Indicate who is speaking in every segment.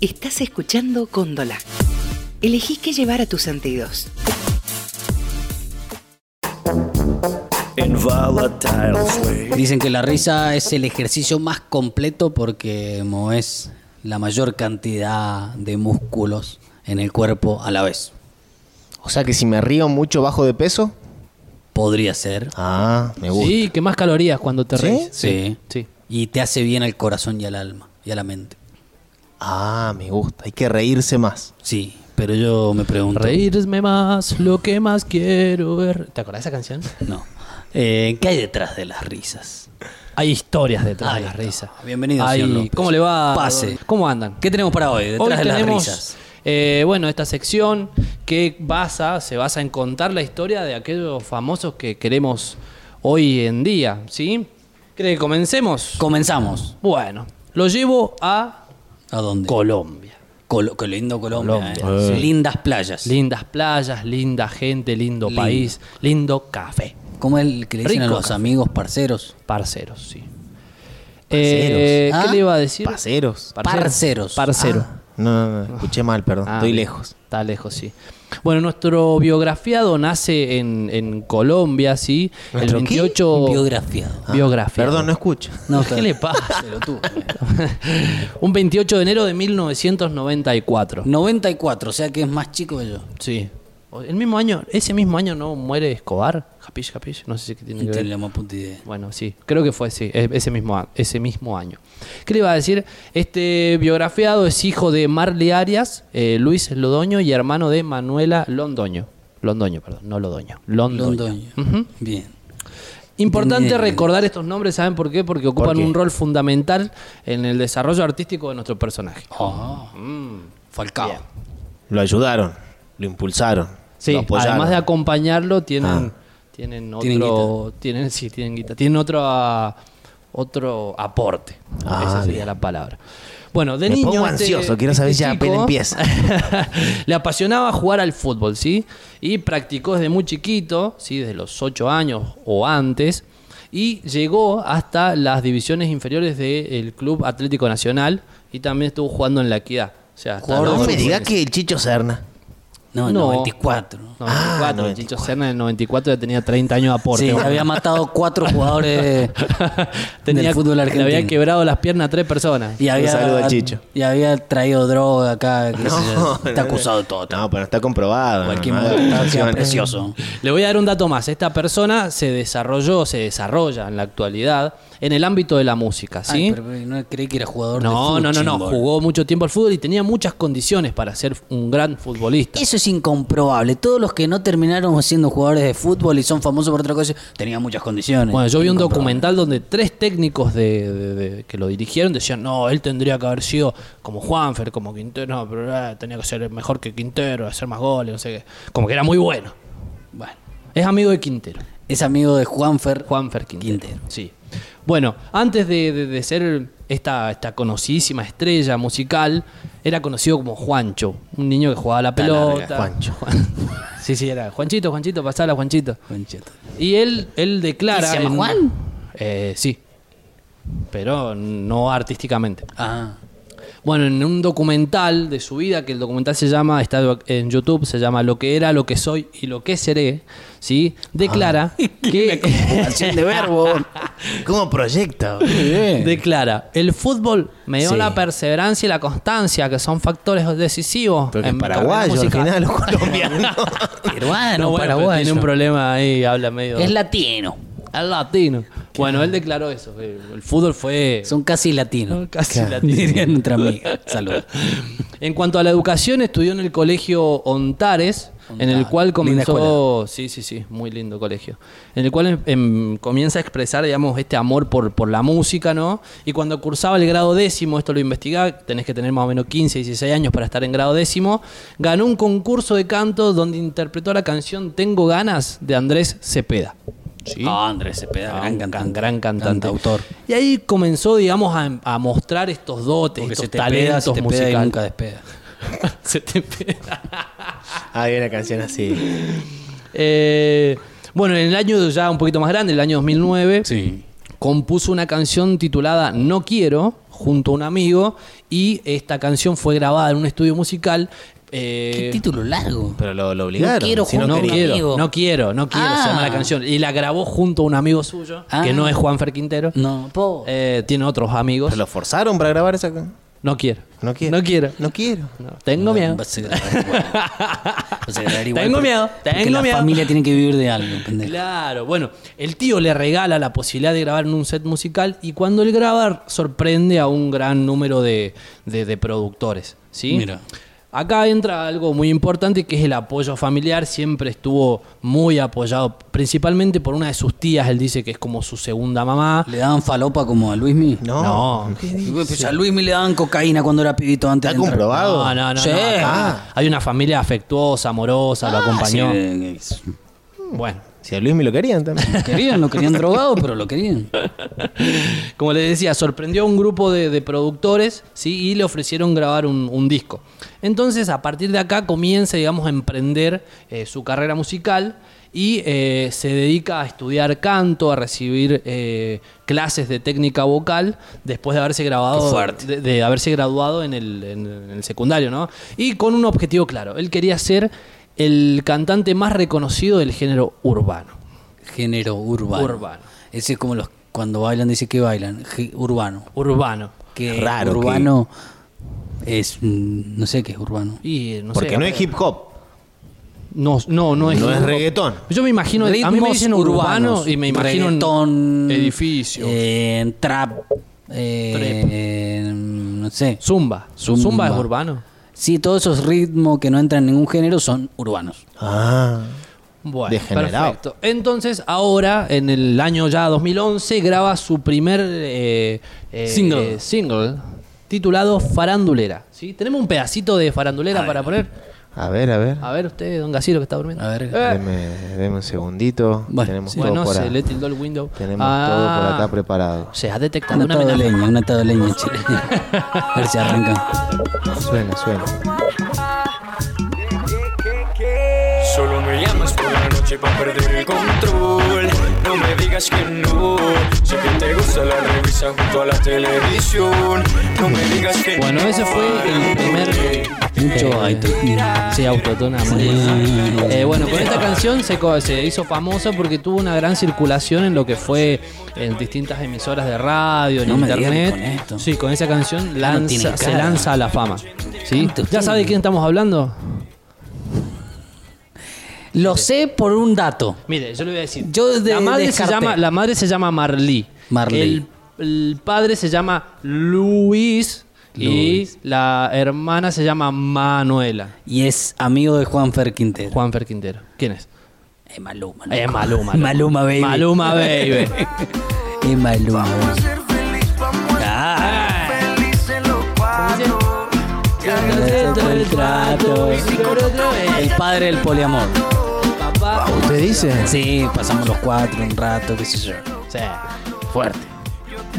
Speaker 1: Estás escuchando Cóndola. Elegí qué llevar a tus sentidos.
Speaker 2: in volatile sway.
Speaker 3: Dicen que la risa es el ejercicio más completo porque moves la mayor cantidad de músculos en el cuerpo a la vez.
Speaker 4: O sea que si me río mucho bajo de peso.
Speaker 3: Podría ser.
Speaker 4: Ah, me gusta.
Speaker 5: Sí, que más calorías cuando te
Speaker 4: ¿Sí?
Speaker 5: reís.
Speaker 3: Sí.
Speaker 5: Sí.
Speaker 3: Y te hace bien al corazón y al alma y a la mente.
Speaker 4: Ah, me gusta. Hay que reírse más.
Speaker 3: Sí, pero yo me pregunto.
Speaker 5: Reírme más, lo que más quiero es... re- ¿Te acordás de esa canción?
Speaker 3: No. Eh, ¿Qué hay detrás de las risas?
Speaker 5: Hay historias detrás
Speaker 3: Ahí
Speaker 5: de las
Speaker 3: está.
Speaker 5: risas.
Speaker 3: Bienvenido,
Speaker 5: Hay-
Speaker 3: señor López.
Speaker 5: ¿Cómo le va?
Speaker 3: Pase.
Speaker 5: ¿Cómo andan?
Speaker 3: ¿Qué tenemos para hoy? Detrás
Speaker 5: Hoy
Speaker 3: de las
Speaker 5: tenemos,
Speaker 3: risas.
Speaker 5: eh, bueno, esta sección que basa, se basa en contar la historia de aquellos famosos que queremos hoy en día, ¿sí? ¿Cree que comencemos?
Speaker 3: Comenzamos.
Speaker 5: bueno, lo llevo a
Speaker 3: ¿A dónde?
Speaker 5: Colombia.
Speaker 3: Colo- qué lindo Colombia.
Speaker 5: Colombia.
Speaker 3: eh.
Speaker 5: Sí.
Speaker 3: Lindas playas.
Speaker 5: Lindas playas, linda gente, lindo,
Speaker 3: Lindo.
Speaker 5: país, lindo café.
Speaker 3: ¿Cómo es el que le dicen
Speaker 5: Rico
Speaker 3: a los
Speaker 5: café.
Speaker 3: amigos parceros?
Speaker 5: Parceros, sí.
Speaker 4: Parceros.
Speaker 5: Eh, ¿Qué
Speaker 3: Ah,
Speaker 5: le iba a decir?
Speaker 4: Paseros.
Speaker 3: Parceros.
Speaker 5: Parcero.
Speaker 4: Ah. No, no, no, escuché mal, perdón.
Speaker 5: Ah,
Speaker 4: Estoy
Speaker 5: bien.
Speaker 4: lejos.
Speaker 5: Está lejos, sí. Bueno, nuestro biografiado nace en, en Colombia, sí. El
Speaker 3: ¿Nuestro qué?
Speaker 5: 28.
Speaker 3: Biografiado.
Speaker 5: Biografiado.
Speaker 4: Perdón, no escucho.
Speaker 3: No,
Speaker 5: ¿Qué le pasa? Un 28 de enero de 1994.
Speaker 3: 94, o sea que es más chico que yo.
Speaker 5: Sí. O- El mismo año, ese mismo año no muere Escobar. Japich, Japich. No sé si que tiene
Speaker 3: No
Speaker 5: que ver.
Speaker 3: tenemos puta idea.
Speaker 5: Bueno, sí, creo que fue sí, e- ese mismo, a- ese mismo año. ¿Qué le iba a decir? Este biografiado es hijo de Marley Arias, eh, Luis Lodoño y hermano de Manuela Londoño. Londoño, perdón, no Lodoño. Londoño.
Speaker 3: Londoño.
Speaker 5: Ujú.
Speaker 3: Bien.
Speaker 5: Importante
Speaker 3: Bien.
Speaker 5: recordar estos nombres, ¿saben por qué? Porque ocupan
Speaker 4: qué?
Speaker 5: un rol fundamental en el desarrollo artístico de nuestro personaje. Mm.
Speaker 3: Ah, Falcao.
Speaker 4: Lo ayudaron, lo impulsaron.
Speaker 5: Sí,
Speaker 4: lo apoyaron.
Speaker 5: además de acompañarlo, tienen,
Speaker 4: Ah.
Speaker 5: tienen otro.
Speaker 3: Tienen
Speaker 5: tienen- sí, tienen guita. Tienen otro, otro aporte.
Speaker 4: Ah,
Speaker 5: Esa sería
Speaker 4: bien.
Speaker 5: la palabra. Bueno, de
Speaker 4: Me
Speaker 5: niño.
Speaker 4: pongo
Speaker 5: este-
Speaker 4: ansioso, quiero
Speaker 5: este
Speaker 4: saber ya
Speaker 5: chico
Speaker 4: apenas empieza.
Speaker 5: le apasionaba jugar al fútbol, ¿sí? Y practicó desde muy chiquito, ¿sí? Desde los 8 años o antes. Y llegó hasta las divisiones inferiores del Club Atlético Nacional. Y también estuvo jugando en la Equidad. O sea, hasta
Speaker 3: Jugador
Speaker 5: los
Speaker 4: No
Speaker 3: de
Speaker 4: me
Speaker 3: fútbol.
Speaker 4: digas que el Chicho Serna.
Speaker 3: No,
Speaker 5: No.
Speaker 3: 94.
Speaker 5: 94,
Speaker 4: Ah,
Speaker 5: el Chicho Serna en el 94 ya tenía 30 años de aporte.
Speaker 3: Sí,
Speaker 5: Bueno.
Speaker 3: había matado cuatro jugadores
Speaker 5: Tenía-
Speaker 3: del fútbol argentino.
Speaker 5: Le había quebrado las piernas a tres personas.
Speaker 3: y había,
Speaker 4: saludo a Chicho.
Speaker 3: Y había traído droga acá. qué sé yo.
Speaker 4: no,
Speaker 3: Está acusado
Speaker 4: no.
Speaker 3: de todo.
Speaker 4: No, pero está comprobado.
Speaker 3: Cualquier
Speaker 4: no, no,
Speaker 3: modo,
Speaker 4: no,
Speaker 3: estaba-
Speaker 4: no,
Speaker 3: queda
Speaker 4: no.
Speaker 3: precioso.
Speaker 5: Le voy a dar un dato más. Esta persona se desarrolló, se desarrolla en la actualidad en el ámbito de la música, ¿sí?
Speaker 3: Ay, pero no creí que era jugador de
Speaker 5: no,
Speaker 3: fútbol.
Speaker 5: no, no, no.
Speaker 3: chimbol.
Speaker 5: Jugó mucho tiempo al fútbol y tenía muchas condiciones para ser un gran futbolista.
Speaker 3: Eso es incomprobable. Todos los que no terminaron siendo jugadores de fútbol y son famosos por otra cosa, tenían muchas condiciones.
Speaker 5: Bueno, yo vi un
Speaker 3: Incomprobable.
Speaker 5: documental donde tres técnicos de, de- de- que lo dirigieron decían, no, él tendría que haber sido como Juanfer, como Quintero, no, pero eh, tenía que ser mejor que Quintero, hacer más goles, no sé qué. Como que era muy bueno.
Speaker 3: Bueno,
Speaker 5: Es amigo de Quintero,
Speaker 3: es amigo de Juanfer.
Speaker 5: Juanfer Quintero.
Speaker 3: Quintero.
Speaker 5: Sí. Bueno, antes de, de- de ser esta, esta conocidísima estrella musical, era conocido como Juancho, un niño que jugaba a la
Speaker 3: Está larga,
Speaker 5: pelota.
Speaker 4: Juancho.
Speaker 5: Juan- Sí, sí, era Juanchito, Juanchito, pasala, Juanchito.
Speaker 3: Juancheto.
Speaker 5: Y él, él declara.
Speaker 3: ¿Se llama
Speaker 5: en-
Speaker 3: Juan?
Speaker 5: Eh, sí. Pero no artísticamente.
Speaker 3: Ah,
Speaker 5: Bueno, en un documental de su vida, que el documental se llama, está en YouTube, se llama Lo que era, lo que soy y lo que seré, ¿sí?
Speaker 3: Ah.
Speaker 5: Declara que.
Speaker 4: Conjugación de verbo. ¿Cómo proyecta?
Speaker 5: Declara, el fútbol me dio
Speaker 3: Sí.
Speaker 5: la perseverancia y la constancia, que son factores decisivos.
Speaker 4: Porque es
Speaker 5: en mi carrera
Speaker 4: paraguayo, al
Speaker 5: musical". Ah,
Speaker 4: final los colombianos.
Speaker 3: peruano,
Speaker 5: No, bueno, pero
Speaker 3: paraguayo.
Speaker 5: Tiene un problema ahí, habla medio.
Speaker 3: Es latino.
Speaker 5: Es latino. Bueno, él declaró eso, que el fútbol fue.
Speaker 3: Son casi latinos.
Speaker 5: Casi latinos.
Speaker 3: Diría nuestra amiga. Salud.
Speaker 5: En cuanto a la educación, estudió en el colegio Ontares, en el
Speaker 3: Ontares.
Speaker 5: cual
Speaker 3: Linda
Speaker 5: comenzó. Sí, sí, sí, muy lindo colegio. En el cual em, em, comienza a expresar, digamos, este amor por, por la música, ¿no? Y cuando cursaba el grado décimo, esto lo investigaba, tenés que tener más o menos 15, 16 años para estar en grado décimo, ganó un concurso de canto donde interpretó la canción Tengo ganas de Andrés Cepeda. Sí.
Speaker 3: Ah, Andrés Cepeda,
Speaker 5: Ah,
Speaker 3: gran
Speaker 5: un
Speaker 3: cantante.
Speaker 5: gran cantante.
Speaker 3: Cantautor.
Speaker 5: Y ahí comenzó, digamos, a, a mostrar estos dotes,
Speaker 3: Porque
Speaker 5: estos
Speaker 3: se te pega,
Speaker 5: talentos
Speaker 3: se te pega y
Speaker 5: musicales.
Speaker 3: nunca despega.
Speaker 5: Se te pega.
Speaker 4: Hay una canción así.
Speaker 5: Eh, bueno, en el año ya un poquito más grande, el año 2009,
Speaker 3: Sí.
Speaker 5: compuso una canción titulada No Quiero junto a un amigo y esta canción fue grabada en un estudio musical. eh,
Speaker 3: Qué título largo.
Speaker 4: Pero lo, lo obligaron.
Speaker 3: No quiero
Speaker 4: si no
Speaker 3: juntar-
Speaker 5: no
Speaker 4: quería.
Speaker 3: quería.
Speaker 5: quiero,
Speaker 3: amigo.
Speaker 5: no quiero, no quiero,
Speaker 3: Ah.
Speaker 5: se llama la canción. Y la grabó junto a un amigo suyo,
Speaker 3: Ah.
Speaker 5: que no es Juanfer Quintero.
Speaker 3: No, po.
Speaker 5: Eh, tiene otros amigos.
Speaker 4: Pero lo forzaron para grabar esa. ca-
Speaker 5: No quiero.
Speaker 4: No quiero.
Speaker 5: No quiero.
Speaker 4: No quiero.
Speaker 5: No, tengo miedo.
Speaker 3: Vas a grabar igual. Vas a grabar igual
Speaker 5: Tengo
Speaker 3: porque-
Speaker 5: miedo,
Speaker 3: porque
Speaker 5: tengo
Speaker 3: la
Speaker 5: miedo.
Speaker 3: familia tiene que vivir de algo, pendejo.
Speaker 5: Claro, bueno, el tío le regala la posibilidad de grabar en un set musical y cuando él graba sorprende a un gran número de, de- de productores, ¿sí?
Speaker 3: Mira.
Speaker 5: Acá entra algo muy importante que es el apoyo familiar, siempre estuvo muy apoyado, principalmente por una de sus tías, él dice que es como su segunda mamá.
Speaker 3: ¿Le daban falopa como a Luismi?
Speaker 4: No.
Speaker 5: No.
Speaker 4: ¿Qué
Speaker 3: Y,
Speaker 4: dice?
Speaker 3: güey, Pues a Luismi le daban cocaína cuando era pibito antes
Speaker 4: ¿Está
Speaker 3: de entrar.
Speaker 4: comprobado?
Speaker 5: No, no, no,
Speaker 3: Sí.
Speaker 5: no, acá Hay una familia afectuosa, amorosa, lo
Speaker 3: Ah,
Speaker 5: acompañó.
Speaker 3: sí.
Speaker 5: Bueno.
Speaker 4: Si a Luis me lo querían también.
Speaker 3: Lo querían, lo querían drogado, pero lo querían.
Speaker 5: Como les decía, sorprendió a un grupo de, de productores ¿sí? y le ofrecieron grabar un, un disco. Entonces, a partir de acá comienza, digamos, a emprender eh, su carrera musical y eh, se dedica a estudiar canto, a recibir eh, clases de técnica vocal después de haberse grabado,
Speaker 3: Qué fuerte.
Speaker 5: de, de haberse graduado en el, en- en el secundario, ¿no? Y con un objetivo claro, él quería ser el cantante más reconocido del género urbano.
Speaker 3: Género urbano.
Speaker 5: Urbano.
Speaker 3: Ese es como los cuando bailan, dice que bailan. Ge- urbano.
Speaker 5: Urbano.
Speaker 3: Que
Speaker 4: Raro que-
Speaker 3: Urbano es. mm, No sé qué es urbano.
Speaker 5: Y, no sé,
Speaker 4: Porque no
Speaker 5: capaz-
Speaker 4: es hip hop.
Speaker 5: No, no, no es.
Speaker 4: No es reggaetón.
Speaker 5: Yo me imagino. a mí me dicen urbano y me imagino.
Speaker 3: reggaetón,
Speaker 5: edificio.
Speaker 3: eh, trap. eh, no sé.
Speaker 5: Zumba. Zumba.
Speaker 3: Zumba.
Speaker 5: es urbano.
Speaker 3: Sí, todos esos ritmos que no entran en ningún género son urbanos.
Speaker 4: Ah.
Speaker 5: Bueno,
Speaker 4: Degenerado.
Speaker 5: perfecto. Entonces, ahora, en el año ya 2011, graba su primer eh, eh,
Speaker 3: Single.
Speaker 5: single titulado Farandulera. ¿sí? Tenemos un pedacito de Farandulera para poner.
Speaker 4: A ver, a ver.
Speaker 5: A ver, usted, don Gaciro, que está durmiendo.
Speaker 3: A ver.
Speaker 5: Eh,
Speaker 4: Deme, deme un segundito.
Speaker 3: Bueno,
Speaker 4: Tenemos
Speaker 5: sí.
Speaker 4: todo
Speaker 5: Bueno,
Speaker 4: por
Speaker 5: se
Speaker 4: a-
Speaker 5: le tildó el window.
Speaker 4: Tenemos
Speaker 5: Ah,
Speaker 4: todo por acá preparado.
Speaker 5: Se ha detectado
Speaker 3: Una
Speaker 5: una amenaza.
Speaker 3: tadoleña, una tadoleña, che. A ver si arranca.
Speaker 4: Suena, suena.
Speaker 6: Solo me llamas por la noche para perder el control. No me digas que no. Sé que te gusta la revista junto a la televisión. No me digas que
Speaker 5: Bueno,
Speaker 6: no.
Speaker 5: ese fue el primer.
Speaker 3: Mucho auto.
Speaker 5: Sí, autotona. muy bien. Eh, bueno, con esta canción se, co- se hizo famosa porque tuvo una gran circulación en lo que fue en distintas emisoras de radio, en
Speaker 3: No me digas que
Speaker 5: internet.
Speaker 3: con esto.
Speaker 5: Sí, con esa canción
Speaker 3: Ya no tiene
Speaker 5: lanza- se
Speaker 3: cara.
Speaker 5: lanza a la fama. ¿sí?
Speaker 3: Cante usted.
Speaker 5: ¿Ya sabe de quién estamos hablando?
Speaker 3: Lo sé por un dato.
Speaker 5: Mire, yo le voy a decir.
Speaker 3: Yo de-
Speaker 5: la, madre se
Speaker 3: descarté.
Speaker 5: llama, la madre se llama Marley.
Speaker 3: Marley.
Speaker 5: El, el padre se llama Luis.
Speaker 3: Luis.
Speaker 5: Y la hermana se llama Manuela.
Speaker 3: Y es amigo de Juan Fer Quintero.
Speaker 5: Juanfer Quintero. ¿Quién es? Eh,
Speaker 3: Es Maluma.
Speaker 5: Es Maluma. loco.
Speaker 3: Maluma, baby.
Speaker 5: Maluma, baby.
Speaker 3: Es Maluma. Ah, el padre del poliamor.
Speaker 4: ¿Usted dice?
Speaker 3: Sí, pasamos los cuatro un rato, qué sé yo.
Speaker 5: Sí, fuerte.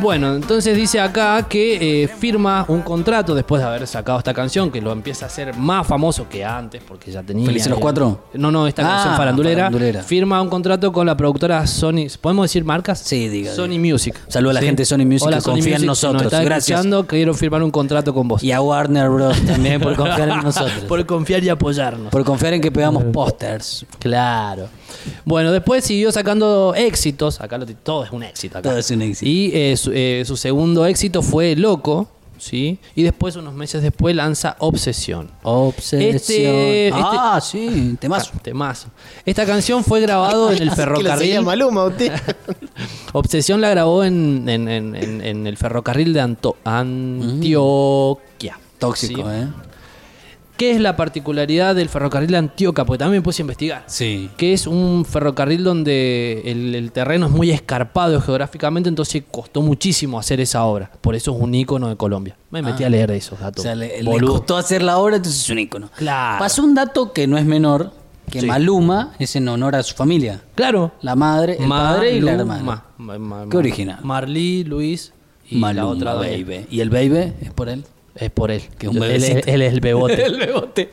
Speaker 5: Bueno, entonces dice acá que eh, firma un contrato después de haber sacado esta canción, que lo empieza a hacer más famoso que antes, porque ya tenía. eh,
Speaker 3: ¿Felices los cuatro?
Speaker 5: No, no, esta
Speaker 3: Ah,
Speaker 5: canción farandulera,
Speaker 3: farandulera.
Speaker 5: Firma un contrato con la productora Sony. ¿Podemos decir marcas?
Speaker 3: Sí, diga,
Speaker 5: Sony
Speaker 3: diga.
Speaker 5: Music.
Speaker 3: Saluda a la
Speaker 5: Sí.
Speaker 3: gente de Sony Music
Speaker 5: Hola,
Speaker 3: que
Speaker 5: Sony
Speaker 3: confía en
Speaker 5: Music,
Speaker 3: nosotros.
Speaker 5: nos está
Speaker 3: Gracias.
Speaker 5: escuchando, quiero firmar un contrato con vos.
Speaker 3: Y a Warner Bros. también por confiar en nosotros. Por,
Speaker 5: Por Este, confiar y apoyarnos.
Speaker 3: confiar en que pegamos pósters.
Speaker 5: Claro. Bueno, después siguió sacando éxitos. Acá lo ti- todo es un éxito. acá.
Speaker 3: Todo es un éxito.
Speaker 5: Y eh, su, eh, su segundo éxito fue Loco, ¿sí? Y después, unos meses después, lanza Obsesión.
Speaker 3: Obsesión.
Speaker 5: Este-
Speaker 3: ah, sí, temazo.
Speaker 5: Ah, Temazo. Esta canción fue grabado en el
Speaker 4: ¿Qué
Speaker 5: ferrocarril.
Speaker 4: Maluma usted?
Speaker 5: Obsesión la grabó en, en- en- en- en el ferrocarril de Anto- Antioquia.
Speaker 3: Mm. Tóxico,
Speaker 5: ¿sí?
Speaker 3: ¿eh?
Speaker 5: ¿Qué es la particularidad del ferrocarril de Antioquia? Porque también me puse a investigar.
Speaker 3: Sí.
Speaker 5: que es un ferrocarril donde el, el terreno es muy escarpado geográficamente, entonces costó muchísimo hacer esa obra. Por eso es un ícono de Colombia. Me metí a leer esos
Speaker 3: Ah. O
Speaker 5: datos.
Speaker 3: sea, le, le
Speaker 5: boludo.
Speaker 3: costó hacer la obra, entonces es un ícono.
Speaker 5: Claro.
Speaker 3: Pasó un dato que no es menor, que
Speaker 5: Sí.
Speaker 3: Maluma es en honor a su familia.
Speaker 5: Claro.
Speaker 3: La madre, el padre y la
Speaker 5: Maluma.
Speaker 3: hermana.
Speaker 5: Ma- ma-
Speaker 3: Qué original.
Speaker 5: Marley, Luis y la
Speaker 3: Maluma,
Speaker 5: otra doña.
Speaker 3: baby. ¿Y el baby es por él?
Speaker 5: Es por él.
Speaker 3: Que un
Speaker 5: él, es-
Speaker 3: bebecito.
Speaker 5: él es el bebote.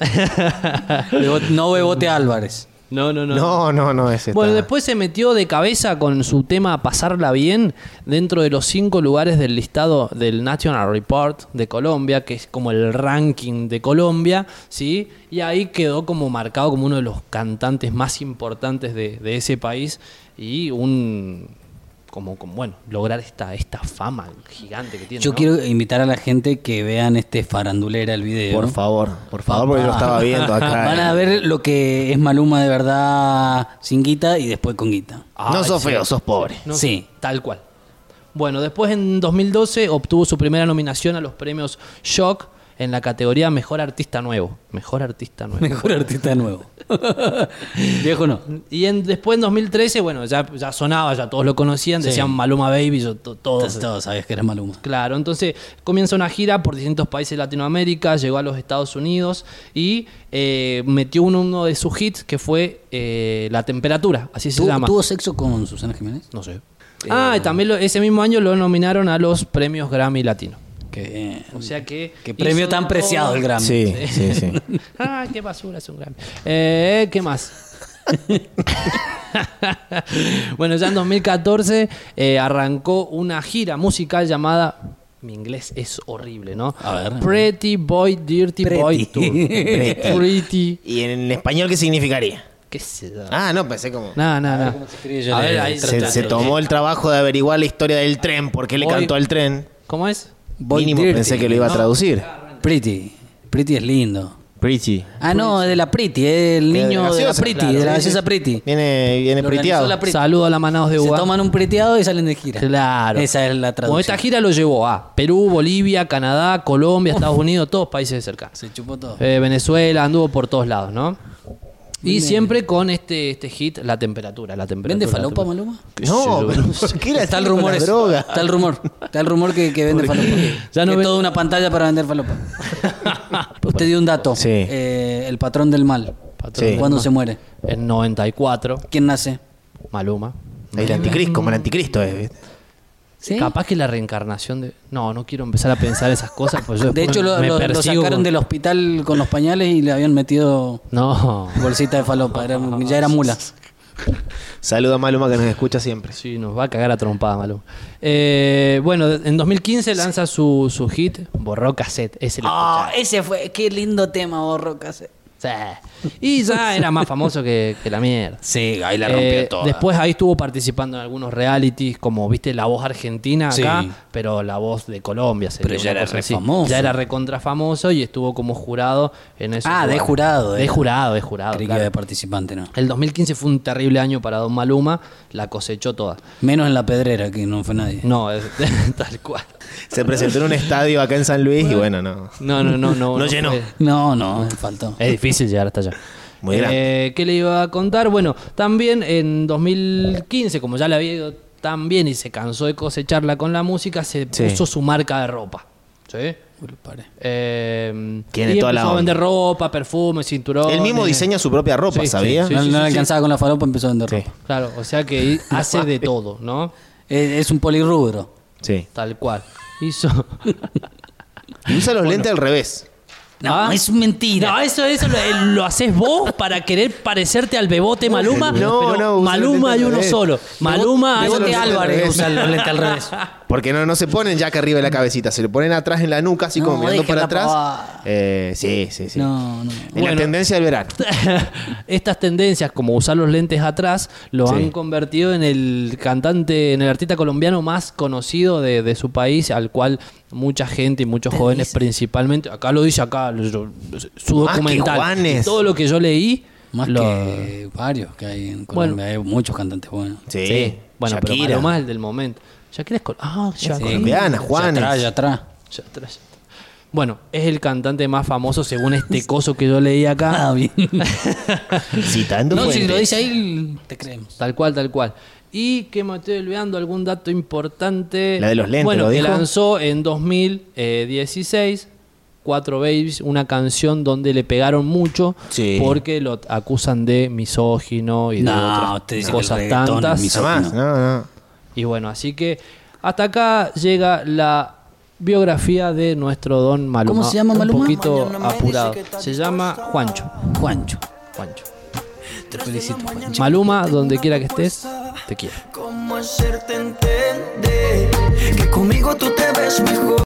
Speaker 3: Bebo- no Bebote Álvarez.
Speaker 5: No, no, no.
Speaker 4: No, no, no, ese.
Speaker 5: Bueno,
Speaker 4: está-
Speaker 5: después se metió de cabeza con su tema Pasarla Bien dentro de los cinco lugares del listado del National Report de Colombia, que es como el ranking de Colombia, ¿sí? Y ahí quedó como marcado como uno de los cantantes más importantes de, de ese país y un... Como, como, bueno, lograr esta, esta fama gigante que tiene.
Speaker 3: Yo
Speaker 5: ¿no?
Speaker 3: quiero invitar a la gente que vean este farandulera el video.
Speaker 4: Por favor, por favor, porque yo lo estaba viendo acá. eh.
Speaker 3: Van a ver lo que es Maluma de verdad sin guita y después con guita.
Speaker 4: no sos
Speaker 5: sí.
Speaker 4: feo, sos pobre.
Speaker 5: No,
Speaker 3: Sí.
Speaker 5: Tal cual. Bueno, después en 2012 obtuvo su primera nominación a los premios Shock en la categoría Mejor Artista Nuevo. Mejor Artista Nuevo.
Speaker 3: Mejor artista nuevo. Viejo no.
Speaker 5: Y en, después en 2013, bueno, ya, ya sonaba, ya todos lo conocían, decían Maluma Baby, yo, to- todos.
Speaker 3: Todos, todos sabías que eres Maluma.
Speaker 5: Claro, entonces comienza una gira por distintos países de Latinoamérica, llegó a los Estados Unidos y eh, metió uno, uno de sus hits que fue eh, La Temperatura, así se
Speaker 3: ¿Tu-
Speaker 5: llama.
Speaker 3: ¿Tuvo sexo con Susana Jiménez?
Speaker 5: No sé. Ah, y también lo- ese mismo año lo nominaron a los premios Grammy Latino.
Speaker 3: Que, eh,
Speaker 5: O sea que.
Speaker 3: que premio
Speaker 5: hizo
Speaker 3: tan
Speaker 5: todo-
Speaker 3: preciado el Grammy.
Speaker 4: Sí, sí, sí.
Speaker 5: Ah, qué basura es un Grammy. Eh, ¿Qué más? bueno, ya en 2014 eh, arrancó una gira musical llamada. Mi inglés es horrible, ¿no?
Speaker 3: A ver.
Speaker 5: Pretty Boy Dirty Boy Tour.
Speaker 3: Pretty.
Speaker 5: Pretty.
Speaker 4: ¿Y en español qué significaría?
Speaker 5: ¿Qué se da?
Speaker 4: Ah, no, pensé como.
Speaker 5: Nada, nada, nada.
Speaker 3: A ver,
Speaker 5: ahí
Speaker 4: Se, se tomó el trabajo de averiguar la historia del tren, por qué le
Speaker 5: Voy-
Speaker 4: cantó al tren.
Speaker 5: ¿Cómo es?
Speaker 3: Boy
Speaker 4: Mínimo
Speaker 3: Dirty.
Speaker 4: pensé que lo iba a traducir.
Speaker 3: Ah, Pretty. Pretty es lindo.
Speaker 4: Pretty.
Speaker 3: Ah, no, es de la Pretty, es el
Speaker 4: Es de
Speaker 3: niño de la
Speaker 4: gaseosa,
Speaker 3: Pretty,
Speaker 4: claro.
Speaker 3: de la
Speaker 4: Sí, sí.
Speaker 3: gaseosa Pretty.
Speaker 4: Viene, viene
Speaker 3: Lo organizó
Speaker 4: preteado.
Speaker 3: la Pretty.
Speaker 5: Saludo a la Manaos de
Speaker 3: Se
Speaker 5: Uva.
Speaker 3: toman un preteado y salen de gira.
Speaker 5: Claro.
Speaker 3: Esa es la
Speaker 5: Con
Speaker 3: traducción.
Speaker 5: esta gira lo llevó a Perú, Bolivia, Canadá, Colombia, Estados Unidos, todos países de cerca.
Speaker 3: Se chupó todo.
Speaker 5: Eh, Venezuela, anduvo por todos lados, ¿no? Y siempre con este, este hit, la temperatura, la
Speaker 3: ¿Vende
Speaker 5: temperatura. la
Speaker 3: falopa,
Speaker 5: temperatura.
Speaker 3: Maluma?
Speaker 4: No, pero ¿por qué era
Speaker 3: Está el
Speaker 4: así con
Speaker 3: rumor
Speaker 4: la
Speaker 3: ese.
Speaker 4: droga?
Speaker 3: Está el rumor. Está el rumor que, que vende falopa.
Speaker 5: Ya
Speaker 3: Ya
Speaker 5: no
Speaker 3: no
Speaker 5: ven-
Speaker 3: toda una pantalla para vender falopa. Usted dio un dato.
Speaker 4: Sí.
Speaker 3: Eh, el patrón del mal.
Speaker 5: Patrón
Speaker 4: Sí.
Speaker 3: ¿Cuándo se muere?
Speaker 5: En 94,
Speaker 3: ¿Quién nace?
Speaker 5: Maluma.
Speaker 4: El anticristo, como el anticristo es. ¿viste?
Speaker 3: ¿Sí?
Speaker 5: Capaz que la reencarnación de. No, no quiero empezar a pensar esas cosas, pues yo
Speaker 3: De
Speaker 5: después
Speaker 3: hecho, lo,
Speaker 5: me
Speaker 3: lo- lo
Speaker 5: persigo
Speaker 3: sacaron
Speaker 5: con-
Speaker 3: del hospital con los pañales y le habían metido
Speaker 5: No.
Speaker 3: bolsita de falopa. Era-
Speaker 5: Ah,
Speaker 3: ya era mula.
Speaker 4: Saluda a Maluma que nos escucha siempre.
Speaker 5: Sí, nos va a cagar a trompada, Maluma. Eh, bueno, en 2015 lanza su, su hit, Borró Cassette. Ese lo
Speaker 3: Ah,
Speaker 5: escuchaba.
Speaker 3: ese fue. Qué lindo tema, borro, casi.
Speaker 5: Sí. Y ya era más famoso que, que la mierda.
Speaker 3: Sí, ahí
Speaker 5: Eh, Después ahí estuvo participando en algunos realities, como viste la voz argentina acá,
Speaker 3: Sí.
Speaker 5: pero la voz de Colombia. sería
Speaker 3: Pero ya
Speaker 5: una
Speaker 3: era
Speaker 5: cosa
Speaker 3: re
Speaker 5: así.
Speaker 3: famoso.
Speaker 5: Ya era recontra famoso y estuvo como jurado en eso.
Speaker 3: Ah, de jurado,
Speaker 5: De
Speaker 3: era.
Speaker 5: jurado, de jurado.
Speaker 3: Creí que
Speaker 5: Ah, claro.
Speaker 3: de participante, no.
Speaker 5: El 2015 fue un terrible año para Don Maluma, la cosechó toda.
Speaker 3: Menos en la pedrera, que no fue nadie.
Speaker 5: No, es- tal cual.
Speaker 4: Se presentó en un estadio acá en San Luis y bueno, no.
Speaker 5: No, no, no, no.
Speaker 4: No llenó.
Speaker 5: fue-
Speaker 3: No, no, faltó.
Speaker 5: Es difícil llegar hasta allá.
Speaker 4: Muy grande.
Speaker 5: Eh, ¿Qué le iba a contar? Bueno, también en 2015, como ya le había ido tan bien y se cansó de cosecharla con la música, se
Speaker 4: Sí.
Speaker 5: puso su marca de ropa. ¿Sí?
Speaker 3: Uy, lo paré.
Speaker 5: Eh,
Speaker 4: Tiene
Speaker 5: y
Speaker 4: toda la
Speaker 5: empezó a
Speaker 4: onda.
Speaker 5: vender ropa, perfumes, cinturones.
Speaker 4: Él mismo diseña su propia ropa,
Speaker 5: Sí, sí,
Speaker 4: ¿sabía?
Speaker 5: sí.
Speaker 3: no no le alcanzaba con la falopa, empezó a vender
Speaker 4: Sí.
Speaker 3: ropa.
Speaker 5: Claro, o sea que hace de todo, ¿no?
Speaker 3: Es, es un polirrubro.
Speaker 4: Sí.
Speaker 5: Tal cual. Hizo.
Speaker 4: Y usa los lentes al revés.
Speaker 3: No,
Speaker 5: Ah.
Speaker 3: es mentira.
Speaker 5: No, eso, eso lo, eh, lo haces vos para querer parecerte al bebote
Speaker 4: No,
Speaker 5: Maluma. pero
Speaker 4: no, usa los
Speaker 5: Maluma hay
Speaker 4: lentes al
Speaker 5: uno
Speaker 4: revés.
Speaker 5: solo. Maluma hay
Speaker 4: Bebo-
Speaker 3: Bebote
Speaker 5: uno
Speaker 4: los lentes al
Speaker 3: Álvarez
Speaker 4: revés.
Speaker 3: usa los lentes al revés.
Speaker 4: Porque no, no se ponen ya que arriba de la cabecita, se lo ponen atrás en la nuca, así
Speaker 3: No,
Speaker 4: como mirando para
Speaker 3: déjenla
Speaker 4: atrás.
Speaker 3: pavada.
Speaker 4: Eh, sí, sí, sí.
Speaker 3: No, no.
Speaker 4: En la tendencia del verano.
Speaker 5: Estas tendencias, como usar los lentes atrás, lo
Speaker 4: Sí.
Speaker 5: han convertido en el cantante, en el artista colombiano más conocido de, de su país, al cual mucha gente y muchos jóvenes principalmente, acá lo dice acá, lo- yo- su
Speaker 4: Más que
Speaker 5: documental,
Speaker 4: Juanes.
Speaker 5: y todo lo que yo leí,
Speaker 3: Más
Speaker 5: lo-
Speaker 3: que varios que hay en
Speaker 5: Bueno.
Speaker 3: Colombia. Hay muchos cantantes buenos.
Speaker 4: Sí.
Speaker 5: Sí. bueno,
Speaker 4: Shakira.
Speaker 5: pero más el del momento. Shakira es col- ah, Shakira.
Speaker 4: colombiana, Juanes.
Speaker 3: Ya atrás, ya atrás.
Speaker 5: Ya atrás, ya atrás. Bueno, es el cantante más famoso según este coso que yo leí acá.
Speaker 3: Ah, bien.
Speaker 4: Citando
Speaker 3: No, si
Speaker 4: fuentes.
Speaker 3: lo dice ahí, te creemos.
Speaker 5: Tal cual, tal cual. Y que me estoy olvidando algún dato importante.
Speaker 4: La de los lentes,
Speaker 5: Bueno,
Speaker 4: ¿lo
Speaker 5: que
Speaker 4: dijo?
Speaker 5: lanzó en 2016 Cuatro Babies, una canción donde le pegaron mucho
Speaker 4: Sí.
Speaker 5: porque lo acusan de misógino y de
Speaker 3: No,
Speaker 5: otras
Speaker 3: usted dice que el
Speaker 5: cosas
Speaker 3: reggaetón es
Speaker 5: tantas.
Speaker 3: misógino.
Speaker 4: Jamás, no, no.
Speaker 5: Y bueno, así que hasta acá llega la biografía de nuestro don Maluma.
Speaker 3: ¿Cómo se llama Maluma?
Speaker 5: Un poquito apurado. Se llama Juancho.
Speaker 3: Juancho.
Speaker 5: Juancho.
Speaker 7: Te felicito, Pancho.
Speaker 5: Maluma, donde quiera que estés, te quiero.
Speaker 6: ¿Cómo hacerte entender que conmigo tú te ves mejor?